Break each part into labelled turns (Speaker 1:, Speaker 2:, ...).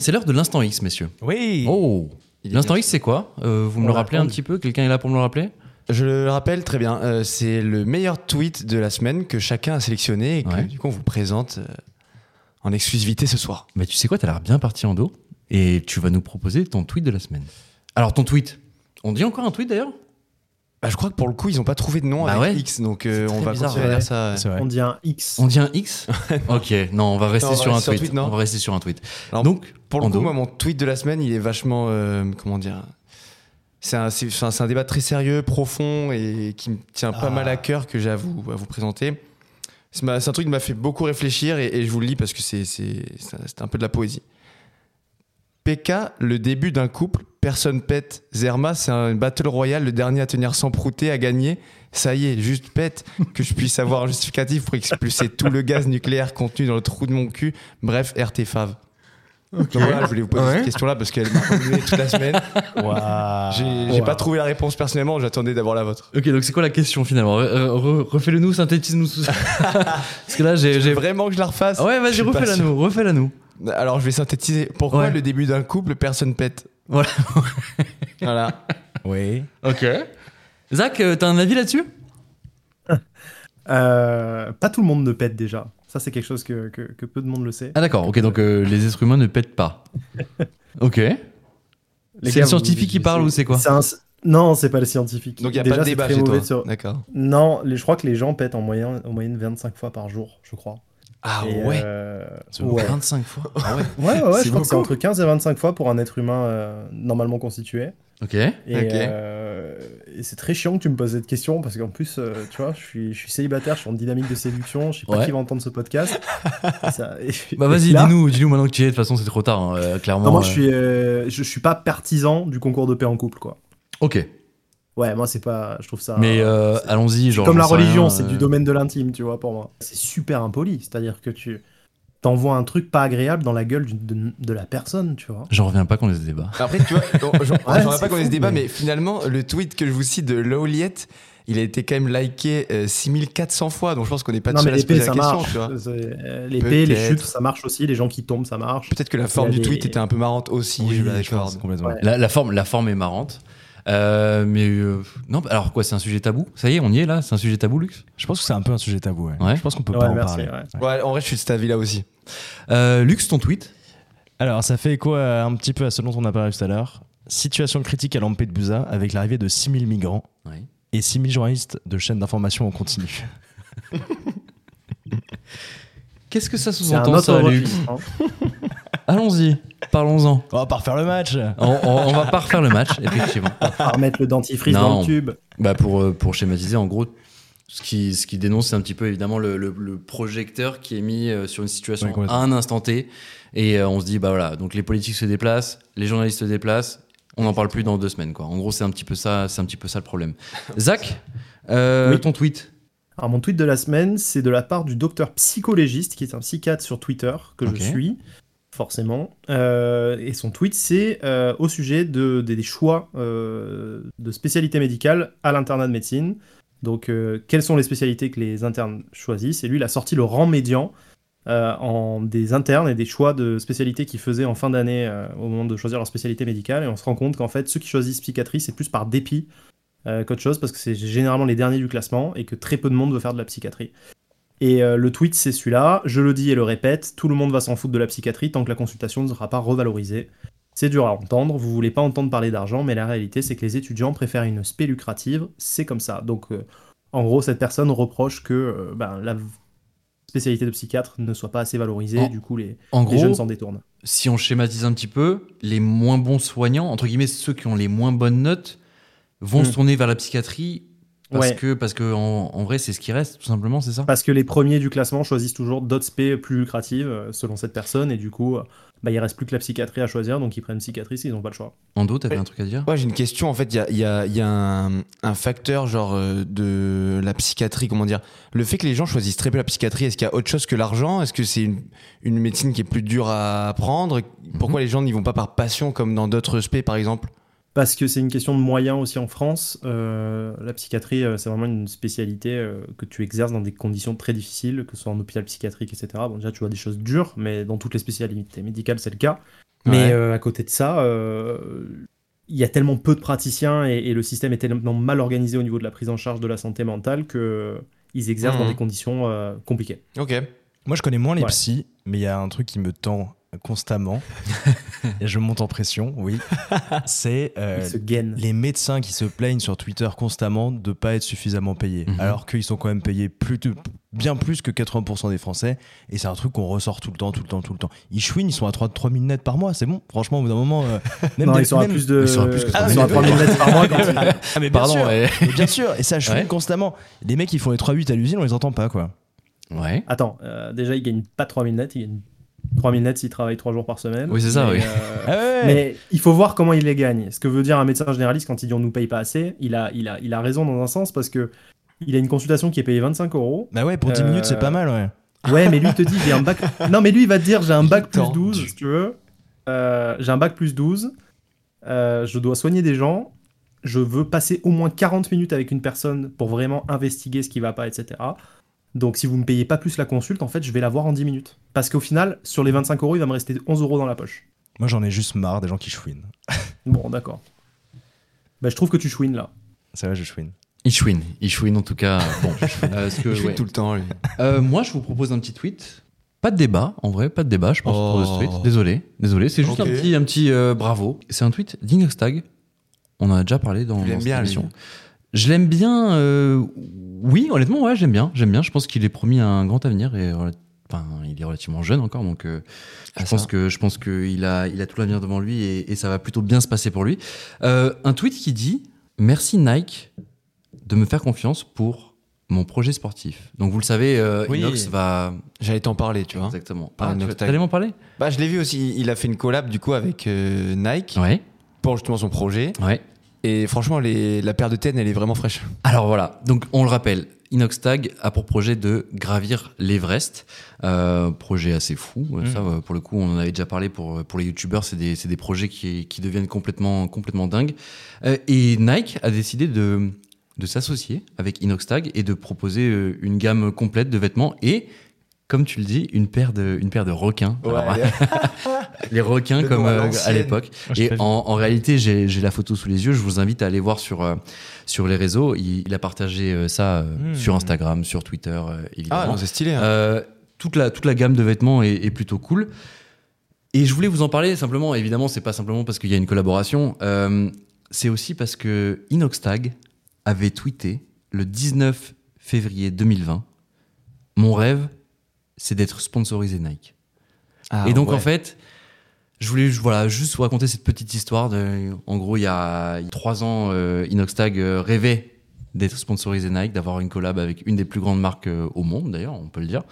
Speaker 1: C'est l'heure de l'instant X, messieurs.
Speaker 2: Oui
Speaker 1: Oh
Speaker 3: Il est
Speaker 1: L'instant
Speaker 3: bien.
Speaker 1: X, c'est quoi Euh, Vous me
Speaker 2: On
Speaker 1: le
Speaker 2: va
Speaker 1: rappelez un
Speaker 2: répondre.
Speaker 1: petit peu Quelqu'un est là pour me le rappeler
Speaker 3: Je le rappelle très bien, euh, c'est le meilleur tweet de la semaine que chacun a sélectionné et que
Speaker 1: Ouais.
Speaker 3: du coup on vous présente euh, en exclusivité ce soir.
Speaker 1: Bah, tu sais quoi, t'as l'air bien parti en dos. Et tu vas nous proposer ton tweet de la semaine. Alors, ton tweet. On dit encore un tweet d'ailleurs
Speaker 3: Bah, je crois que pour le coup ils n'ont pas trouvé de nom
Speaker 1: Bah
Speaker 3: avec
Speaker 1: ouais.
Speaker 3: X, donc euh,
Speaker 1: C'est
Speaker 3: on
Speaker 1: très
Speaker 3: va
Speaker 1: bizarre,
Speaker 3: continuer à
Speaker 2: ouais.
Speaker 3: dire ça.
Speaker 2: C'est vrai.
Speaker 4: On dit un X.
Speaker 1: On dit un X Ok, non, on va rester
Speaker 3: Non, on va
Speaker 1: sur un
Speaker 3: rester sur
Speaker 1: tweet.
Speaker 3: tweet, non
Speaker 1: on va rester sur un tweet.
Speaker 3: Alors,
Speaker 1: Donc,
Speaker 3: Pour le
Speaker 1: Ando.
Speaker 3: coup, moi, mon tweet de la semaine, il est vachement. euh, comment dire C'est un, c'est- c'est un- c'est un débat très sérieux, profond et qui me tient pas
Speaker 2: Ah.
Speaker 3: mal à cœur que j'ai à vous, à vous présenter. C'est ma- c'est un truc qui m'a fait beaucoup réfléchir et, et je vous le lis parce que c'est c'est- c'est un- c'est un peu de la poésie. PK, le début d'un couple, personne pète. Zerma, c'est un battle royal, le dernier à tenir sans prouter, à gagner. Ça y est, juste pète, que je puisse avoir un justificatif pour expulser tout le gaz nucléaire contenu dans le trou de mon cul. Bref, RT Fave. Donc voilà, je voulais vous poser
Speaker 5: Ouais.
Speaker 3: cette question-là parce qu'elle m'a promené toute la semaine.
Speaker 4: Ah,
Speaker 2: Waouh.
Speaker 3: J'ai j'ai pas trouvé la réponse personnellement, j'attendais d'avoir la vôtre.
Speaker 1: Ok, donc c'est quoi la question finalement Re- re- Refais-le nous, synthétise-nous tout ça. Parce que là, j'ai.
Speaker 3: J'ai
Speaker 1: j'ai-
Speaker 3: vraiment que je la refasse.
Speaker 1: Ah ouais,
Speaker 3: Je
Speaker 1: vas-y,
Speaker 3: suis pas
Speaker 1: refais-la
Speaker 3: sûr.
Speaker 1: nous, refais-la nous.
Speaker 3: Alors je vais synthétiser. Pourquoi
Speaker 1: Ouais.
Speaker 3: le début d'un couple, personne pète
Speaker 1: Voilà.
Speaker 3: Voilà.
Speaker 2: Oui.
Speaker 1: Ok. Zach, euh, t'as un avis là-dessus
Speaker 4: Euh, pas tout le monde ne pète déjà. Ça, c'est quelque chose que, que, que peu de monde le sait.
Speaker 1: Ah d'accord, ok, donc euh, les êtres humains ne pètent pas. Ok.
Speaker 4: Les
Speaker 1: c'est
Speaker 4: gars,
Speaker 1: le scientifique
Speaker 4: vous-
Speaker 1: qui parle ou c'est quoi
Speaker 4: c'est un- Non, c'est pas le scientifique.
Speaker 3: Donc il n'y a
Speaker 4: Déjà,
Speaker 3: pas de
Speaker 4: c'est
Speaker 3: débat
Speaker 4: très
Speaker 3: chez
Speaker 4: mauvais
Speaker 3: toi.
Speaker 4: de se-
Speaker 3: D'accord.
Speaker 4: Non, les- je crois que les gens pètent en moyenne, en moyenne 25 fois par jour, je crois.
Speaker 3: Ah
Speaker 4: Et,
Speaker 3: ouais.
Speaker 4: euh,
Speaker 2: C'est
Speaker 4: ouais.
Speaker 1: 25 fois. Ah ouais.
Speaker 4: Ouais, ouais, ouais,
Speaker 3: C'est
Speaker 4: je crois que c'est
Speaker 3: beaucoup.
Speaker 4: entre 15 et 25 fois pour un être humain euh, normalement constitué.
Speaker 1: Ok.
Speaker 4: Et,
Speaker 3: Ok.
Speaker 4: euh, et c'est très chiant que tu me poses cette question parce qu'en plus, euh, tu vois, je suis, je suis célibataire, je suis en dynamique de séduction, je sais pas
Speaker 1: Ouais.
Speaker 4: qui va entendre ce podcast. Ça- et-
Speaker 1: Bah
Speaker 4: et
Speaker 1: vas-y,
Speaker 4: là-
Speaker 1: dis-nous, dis-nous maintenant que tu y es, de toute façon c'est trop tard, hein, euh, clairement.
Speaker 4: Non, moi,
Speaker 1: euh.
Speaker 4: je suis, euh, je, je suis pas partisan du concours de paix en couple, quoi.
Speaker 1: euh. Ok,
Speaker 4: Ouais, moi, c'est pas. Je trouve ça.
Speaker 1: mais euh,
Speaker 4: Ah, c'est-
Speaker 1: allons-y, genre.
Speaker 4: comme la
Speaker 1: j'en sais
Speaker 4: religion,
Speaker 1: rien,
Speaker 4: c'est
Speaker 1: euh,
Speaker 4: du domaine de l'intime, tu vois, pour moi. C'est super impoli, c'est-à-dire que tu t'envoies un truc pas agréable dans la gueule d'une- de, de la personne, tu vois.
Speaker 1: J'en reviens pas qu'on ait ce débat.
Speaker 3: Après, tu vois, bon, j'en-
Speaker 4: Ouais,
Speaker 3: j'aimerais
Speaker 4: c'est
Speaker 3: pas qu'on ait
Speaker 4: fou,
Speaker 3: ce débat,
Speaker 4: mais-
Speaker 3: mais... finalement, le tweet que je vous cite de Lowliette, il a été quand même liké euh, 6400 fois, donc je pense qu'on n'est pas
Speaker 4: non,
Speaker 3: tout
Speaker 4: mais
Speaker 3: seul à se
Speaker 4: l'épée,
Speaker 3: poser la
Speaker 4: ça
Speaker 3: question,
Speaker 4: marche.
Speaker 3: tu vois.
Speaker 4: C'est- euh, L'épée, les
Speaker 3: Peut-être.
Speaker 4: chutes, ça marche aussi. Les gens qui tombent, ça marche.
Speaker 3: Peut-être que la forme
Speaker 4: Il y a
Speaker 3: du tweet
Speaker 4: des-
Speaker 3: était un peu marrante aussi, je
Speaker 2: bah,
Speaker 3: l'accorde.
Speaker 2: complètement.
Speaker 4: Ouais.
Speaker 1: La, la forme, la forme est marrante. Euh, mais euh, non, bah, alors quoi, c'est un sujet tabou Ça y est, on y est là, c'est un sujet tabou, Lux
Speaker 2: Je pense que c'est un peu un sujet tabou. ouais.
Speaker 1: Ouais.
Speaker 2: Je pense qu'on peut
Speaker 4: Ouais,
Speaker 2: pas en
Speaker 4: merci,
Speaker 2: parler.
Speaker 4: ouais.
Speaker 2: Ouais.
Speaker 3: Ouais, en vrai, je suis de cet avis-là aussi.
Speaker 1: Euh, Lux, ton tweet
Speaker 2: Alors, ça fait écho à- un petit peu à ce dont on a parlé tout à l'heure. Situation critique à Lampedusa avec l'arrivée de 6000 migrants
Speaker 1: Oui.
Speaker 2: et 6000 journalistes de chaînes d'information en continu.
Speaker 1: Qu'est-ce que ça
Speaker 4: C'est un
Speaker 1: sous-entend
Speaker 4: autre
Speaker 1: ça,
Speaker 4: registre,
Speaker 1: Lux
Speaker 4: hein.
Speaker 1: Allons-y, parlons-en.
Speaker 2: On va pas refaire Oh, le match
Speaker 1: On, on- on va pas refaire le match, effectivement.
Speaker 4: À remettre le dentifrice
Speaker 1: Non.
Speaker 4: dans le tube.
Speaker 1: Bah pour, euh, pour schématiser, en gros, ce qui, ce qui dénonce, c'est un petit peu évidemment le, le- le projecteur qui est mis euh, sur une situation
Speaker 2: Ouais, complètement.
Speaker 1: à un instant T. Et euh, on se dit, bah voilà, donc les politiques se déplacent, les journalistes se déplacent, on n'en parle plus dans deux semaines, quoi. En gros, c'est un petit peu ça, c'est un petit peu ça le problème. Zach, euh,
Speaker 4: Oui.
Speaker 1: ton tweet.
Speaker 4: Alors, mon tweet de la semaine, c'est de la part du docteur psychologiste, qui est un psychiatre sur Twitter, que
Speaker 1: Ok.
Speaker 4: je suis, forcément. Euh, et son tweet, c'est euh, au sujet de, des, des choix euh, de spécialités médicales à l'internat de médecine. Donc, euh, quelles sont les spécialités que les internes choisissent Et lui, il a sorti le rang médian euh, en des internes et des choix de spécialités qu'ils faisaient en fin d'année euh, au moment de choisir leur spécialité médicale. Et on se rend compte qu'en fait, ceux qui choisissent psychiatrie, c'est plus par dépit euh, qu'autre chose, parce que c'est généralement les derniers du classement et que très peu de monde veut faire de la psychiatrie. Et euh, le tweet, c'est celui-là. Je le dis et le répète, tout le monde va s'en foutre de la psychiatrie tant que la consultation ne sera pas revalorisée. C'est dur à entendre, vous voulez pas entendre parler d'argent, mais la réalité, c'est que les étudiants préfèrent une spé lucrative, c'est comme ça. Donc, euh, en gros, cette personne reproche que euh, ben, la v- spécialité de psychiatre ne soit pas assez valorisée,
Speaker 1: En-
Speaker 4: du coup, les,
Speaker 1: En
Speaker 4: les jeunes
Speaker 1: gros,
Speaker 4: s'en détournent.
Speaker 1: si on schématise un petit peu, les moins bons soignants, entre guillemets ceux qui ont les moins bonnes notes, vont
Speaker 4: Hmm.
Speaker 1: se tourner vers la psychiatrie parce
Speaker 4: Ouais.
Speaker 1: que parce que en, en vrai c'est ce qui reste tout simplement, c'est ça.
Speaker 4: Parce que les premiers du classement choisissent toujours d'autres spé plus lucratives euh, selon cette personne, et du coup, euh, bah, il reste plus que la psychiatrie à choisir, donc ils prennent psychiatrie s'ils n'ont pas le choix.
Speaker 1: Ando, t'avais
Speaker 3: Ouais.
Speaker 1: un truc à dire
Speaker 3: Ouais, j'ai une question. En fait, il y a, il y a- il y a un, un facteur genre euh, de la psychiatrie, comment dire Le fait que les gens choisissent très peu la psychiatrie, est-ce qu'il y a autre chose que l'argent Est-ce que c'est une, une médecine qui est plus dure à apprendre Pourquoi les gens n'y vont pas par passion comme dans d'autres spé par exemple
Speaker 4: Parce que c'est une question de moyens aussi en France. Euh, la psychiatrie, euh, c'est vraiment une spécialité euh, que tu exerces dans des conditions très difficiles, que ce soit en hôpital psychiatrique, etc. Bon, déjà, tu vois des choses dures, mais dans toutes les spécialités médicales, c'est le cas. Mais
Speaker 3: Ouais.
Speaker 4: euh, à côté de ça, euh, il y a tellement peu de praticiens et, et le système est tellement mal organisé au niveau de la prise en charge de la santé mentale que ils exercent dans
Speaker 3: Mhm.
Speaker 4: des conditions euh, compliquées.
Speaker 3: Ok.
Speaker 2: Moi, je connais moins les
Speaker 4: Ouais.
Speaker 2: psys, mais il y a un truc qui me tend constamment. et je monte en pression, oui. C'est euh,
Speaker 4: Ils se gainent.
Speaker 2: les médecins qui se plaignent sur Twitter constamment de pas être suffisamment payés,
Speaker 1: Mhm.
Speaker 2: alors qu'ils sont quand même payés plus de- bien plus que 80% des Français. Et c'est un truc qu'on ressort tout le temps, tout le temps, tout le temps. Ils chouinent, ils sont à 3 3000 nets par mois, c'est bon. Franchement, au bout d'un moment, euh, même
Speaker 4: non,
Speaker 2: des-
Speaker 4: ils sont à
Speaker 2: même-
Speaker 4: plus de.
Speaker 1: ils sont à plus que
Speaker 4: ils
Speaker 2: Ah,
Speaker 4: sont à
Speaker 2: mais-
Speaker 4: 3000 mètres par mois quand ils-
Speaker 2: Ah, mais bien
Speaker 1: Pardon.
Speaker 2: sûr,
Speaker 1: ouais.
Speaker 2: mais bien sûr, et ça chouine
Speaker 1: Ouais.
Speaker 2: constamment. Les mecs, ils font les 3-8 à l'usine, on les entend pas, quoi.
Speaker 1: Ouais.
Speaker 4: Attends, euh, déjà, ils gagnent pas 3000 nets, ils gagnent 3000 nets s'ils travaillent 3 jours par semaine.
Speaker 1: Oui, c'est ça,
Speaker 4: Mais,
Speaker 1: oui.
Speaker 4: euh,
Speaker 2: Ah ouais.
Speaker 4: Mais il faut voir comment il les gagne. Ce que veut dire un médecin généraliste quand il dit on nous paye pas assez, il a, il a, il a raison dans un sens parce que il a une consultation qui est payée 25 euros.
Speaker 2: Bah ouais, pour 10
Speaker 4: Euh,
Speaker 2: minutes, c'est pas mal, ouais.
Speaker 4: Ouais, mais lui il te dit j'ai un bac. Non, mais lui il va te dire j'ai un bac plus
Speaker 3: Attends,
Speaker 4: 12,
Speaker 3: tu-
Speaker 4: si tu veux. Euh, j'ai un bac plus 12. Euh, je dois soigner des gens. Je veux passer au moins 40 minutes avec une personne pour vraiment investiguer ce qui va pas, etc. Donc si vous me payez pas plus la consulte, en fait, je vais la voir en 10 minutes. Parce qu'au final, sur les 25 euros, il va me rester 11 euros dans la poche.
Speaker 2: Moi, j'en ai juste marre des gens qui chouinent.
Speaker 4: Bon, d'accord. Bah, je trouve que tu chouines là.
Speaker 2: Ça va, je chouine.
Speaker 1: Ils chouinent. Ils chouinent en tout cas. Bon. Euh, ce que-
Speaker 3: Je suis
Speaker 1: ouais.
Speaker 3: tout le temps. lui.
Speaker 1: Euh, moi, je vous propose un petit tweet. Pas de débat, en vrai, pas de débat, je pense,
Speaker 3: Oh.
Speaker 1: pour ce tweet. Désolé, désolé. C'est juste
Speaker 3: Ok.
Speaker 1: un petit, un petit euh, bravo. C'est un tweet d'Ignostag. On en a déjà parlé dans,
Speaker 3: Tu l'aimes
Speaker 1: dans cette
Speaker 3: bien, lui.
Speaker 1: émission. Je l'aime bien. euh, oui, honnêtement, ouais, j'aime bien. J'aime bien. Je pense qu'il est promis un grand avenir et euh, enfin, il est relativement jeune encore, donc euh, je,
Speaker 3: Ah,
Speaker 1: pense
Speaker 3: ça.
Speaker 1: que, je pense qu'il a, il a tout l'avenir devant lui et, et ça va plutôt bien se passer pour lui. Euh, un tweet qui dit Merci Nike de me faire confiance pour mon projet sportif. Donc vous le savez, euh,
Speaker 3: Oui. Hein
Speaker 1: Inox va.
Speaker 3: J'allais t'en parler, tu vois.
Speaker 1: Exactement.
Speaker 3: Par
Speaker 1: Ah,
Speaker 3: un
Speaker 1: tu vas
Speaker 3: obstacle.
Speaker 1: t'allais m'en parler
Speaker 3: Bah, je l'ai vu aussi. Il a fait une collab du coup avec euh, Nike
Speaker 1: Ouais,
Speaker 3: pour justement son projet.
Speaker 1: ouais.
Speaker 3: Et franchement, les- la paire de TN, elle est vraiment fraîche.
Speaker 1: Alors voilà, donc on le rappelle, Inox Tag a pour projet de gravir l'Everest. Euh, projet assez fou, euh, ça euh, pour le coup, on en avait déjà parlé pour, pour les youtubeurs, c'est des, c'est des projets qui, qui deviennent complètement, complètement dingues. Euh, et Nike a décidé de, de s'associer avec Inox Tag et de proposer euh, une gamme complète de vêtements et, comme tu le dis, une paire de, une paire de requins. Alors, les requins
Speaker 3: Le
Speaker 1: comme
Speaker 3: nom à
Speaker 1: euh, à
Speaker 3: l'ancienne.
Speaker 1: l'époque.
Speaker 2: je
Speaker 1: Et
Speaker 2: t'ai vu.
Speaker 1: en, en réalité, j'ai j'ai la photo sous les yeux. Je vous invite à aller voir sur, euh, sur les réseaux. Il, il a partagé euh, ça euh,
Speaker 2: Hmm.
Speaker 1: sur Instagram, sur Twitter, euh,
Speaker 3: Ah,
Speaker 1: évidemment.
Speaker 3: non, c'est stylé. hein.
Speaker 1: Euh, toute, la, toute la gamme de vêtements est, est plutôt cool. Et je voulais vous en parler simplement. Évidemment, c'est pas simplement parce qu'il y a une collaboration. Euh, c'est aussi parce que Inoxtag avait tweeté le 19 février 2020 Mon rêve, c'est d'être sponsorisé Nike
Speaker 3: Ah,
Speaker 1: et donc
Speaker 3: ouais.
Speaker 1: en fait, je voulais ju- voilà, juste vous raconter cette petite histoire. De, en gros, il y a il y a trois ans, euh, Inoxtag euh, rêvait d'être sponsorisé Nike, d'avoir une collab avec une des plus grandes marques euh, au monde, d'ailleurs, on peut le dire.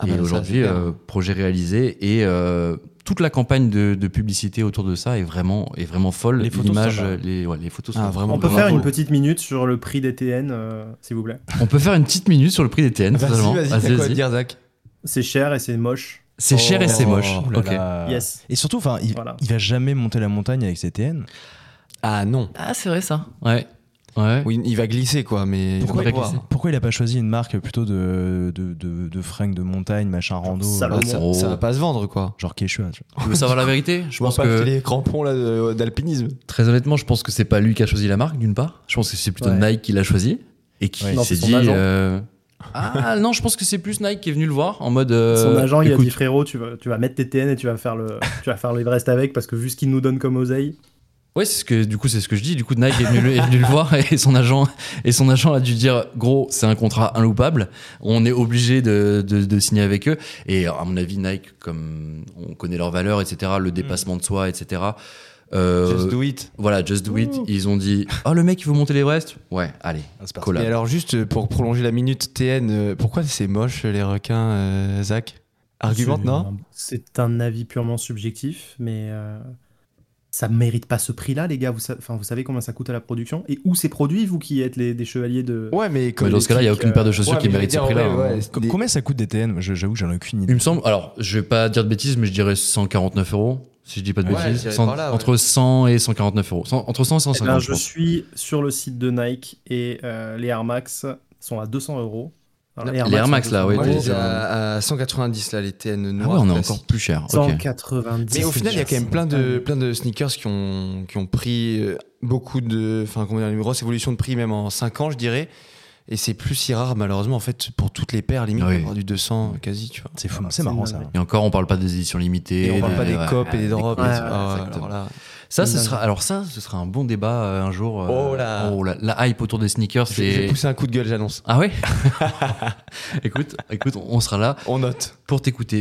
Speaker 3: Ah bah,
Speaker 1: et
Speaker 3: ça,
Speaker 1: aujourd'hui,
Speaker 3: c'est clair.
Speaker 1: euh, projet réalisé et euh, toute la campagne de, de publicité autour de ça est vraiment, est vraiment folle.
Speaker 2: Les photos
Speaker 1: L'image,
Speaker 2: sont là.
Speaker 1: euh, les, ouais, les photos
Speaker 3: Ah,
Speaker 1: sont
Speaker 3: vraiment
Speaker 4: On peut
Speaker 3: bravo.
Speaker 4: faire une petite minute sur le prix des TN, euh, s'il vous plaît.
Speaker 1: On peut faire une petite minute sur le prix des TN. totalement.
Speaker 3: Vas-y,
Speaker 1: Vas-y,
Speaker 3: vas-y, t'as quoi à
Speaker 1: vas-y.
Speaker 3: dire, Zach
Speaker 4: C'est cher et c'est moche.
Speaker 1: C'est cher et c'est
Speaker 2: Oh,
Speaker 1: moche.
Speaker 2: oh là
Speaker 1: Ok.
Speaker 2: là.
Speaker 4: Yes.
Speaker 2: Et surtout, enfin, il,
Speaker 4: Voilà.
Speaker 2: il va jamais monter la montagne avec ses TN.
Speaker 3: Ah non.
Speaker 1: Ah, c'est vrai ça. Ouais. Ouais.
Speaker 3: Oui, il va glisser, quoi, mais...
Speaker 1: Pourquoi
Speaker 3: il va
Speaker 1: il va
Speaker 3: pouvoir.
Speaker 1: glisser
Speaker 2: Pourquoi il a pas choisi une marque plutôt de, de, de, de fringues de montagne, machin rando,
Speaker 4: salaud.
Speaker 3: Bah,
Speaker 2: genre-
Speaker 3: ça,
Speaker 1: Oh.
Speaker 3: ça va pas se vendre, quoi.
Speaker 2: genre Quechua tu vois.
Speaker 1: Tu veux savoir la vérité Je
Speaker 3: Je
Speaker 1: pense
Speaker 3: pense pas
Speaker 1: que
Speaker 3: qu'il ait les crampons là, de- d'alpinisme.
Speaker 1: Très honnêtement, je pense que c'est pas lui qui a choisi la marque, d'une part. Je pense que c'est plutôt
Speaker 4: Ouais.
Speaker 1: Nike qui l'a choisi et qui
Speaker 2: Ouais.
Speaker 4: Non,
Speaker 1: s'est
Speaker 4: c'est son
Speaker 1: dit.
Speaker 4: agent.
Speaker 1: euh, Ah non, je pense que c'est plus Nike qui est venu le voir en mode. euh,
Speaker 4: Son agent, il a
Speaker 1: écoute,
Speaker 4: dit frérot, tu vas, tu vas mettre tes TN et tu vas faire le, tu vas faire l'Everest avec parce que vu ce qu'il nous donne comme oseille,
Speaker 1: Ouais, c'est ce que du coup c'est ce que je dis. Du coup, Nike est venu, le- est venu le voir et son agent et son agent a dû dire gros, c'est un contrat inloupable. On est obligé de, de- de signer avec eux. Et à mon avis, Nike, comme on connaît leurs valeurs, etc., le dépassement de soi, etc. euh,
Speaker 3: Just do it.
Speaker 1: voilà, Just Do It. Ils ont dit, oh le mec, il veut monter l'Everest. Ouais, allez,
Speaker 2: Ah, c'est parti.
Speaker 1: collab.
Speaker 3: Et alors, juste pour prolonger la minute TN, euh, pourquoi c'est moche, les requins, euh, Zach Argumente,
Speaker 4: c'est-
Speaker 3: non
Speaker 4: C'est un avis purement subjectif, mais euh, ça mérite pas ce prix-là, les gars. Vous, sa- enfin, vous savez combien ça coûte à la production et où c'est produit, vous qui êtes les, des chevaliers de.
Speaker 1: Oh,
Speaker 3: Ouais, mais...
Speaker 1: Mais dans ce cas-là, il n'y a aucune paire de chaussures
Speaker 3: Ouais,
Speaker 1: qui
Speaker 3: mais
Speaker 1: mérite ce
Speaker 3: je veux dire,
Speaker 1: prix-là.
Speaker 3: ouais,
Speaker 1: hein.
Speaker 3: ouais,
Speaker 2: Co-
Speaker 3: des-
Speaker 2: Combien ça coûte des TN Je- J'avoue que j'en ai aucune idée.
Speaker 1: Il me semble, alors je vais pas dire de bêtises, mais je dirais 149 euros, si je dis pas de
Speaker 3: Ouais,
Speaker 1: bêtises.
Speaker 3: j'irais
Speaker 1: Cent-
Speaker 3: par là, ouais.
Speaker 1: Entre 100 et 149 euros. Cent- entre 100 et
Speaker 4: Eh ben,
Speaker 1: 150, je
Speaker 4: je
Speaker 1: pense.
Speaker 4: suis sur le site de Nike et euh, les Air Max sont à 200 euros. Alors, les
Speaker 1: Les Air Max, là, oui.
Speaker 3: Moi, je
Speaker 1: t'as-
Speaker 3: les ai
Speaker 1: t'as-
Speaker 3: à, à 190 là, les TN
Speaker 1: Ah
Speaker 3: noirs.
Speaker 1: ouais, on est
Speaker 3: classiques.
Speaker 1: encore plus cher. ok.
Speaker 4: 190.
Speaker 3: Mais au final, il y a quand même plein de, plein de sneakers qui ont, qui ont pris euh, beaucoup de. Enfin, comment dire, une grosse évolution de prix, même en 5 ans, je dirais. Et c'est plus si rare, malheureusement, en fait, pour toutes les paires, limite,
Speaker 1: Oui.
Speaker 3: avoir du 200 quasi, tu vois.
Speaker 2: C'est fou, c'est
Speaker 4: c'est
Speaker 2: marrant
Speaker 4: dingue,
Speaker 2: ça.
Speaker 4: ouais.
Speaker 1: Et encore, on parle pas des éditions limitées.
Speaker 3: Et, on parle pas des
Speaker 1: ouais.
Speaker 3: copes et des drops.
Speaker 1: cops,
Speaker 3: et
Speaker 4: ouais,
Speaker 3: tout.
Speaker 4: ouais,
Speaker 3: Ah,
Speaker 1: exactement.
Speaker 3: alors là,
Speaker 1: Ça,
Speaker 4: Une
Speaker 1: ce
Speaker 4: dingue.
Speaker 1: sera, alors ça, ce sera un bon débat euh, un jour. euh,
Speaker 3: Oh là.
Speaker 1: la, la hype autour des sneakers,
Speaker 3: je vais je vais
Speaker 1: c'est.
Speaker 3: pousser un coup de gueule, j'annonce.
Speaker 1: Ah ouais Écoute, écoute, on sera là
Speaker 3: On note.
Speaker 1: pour t'écouter.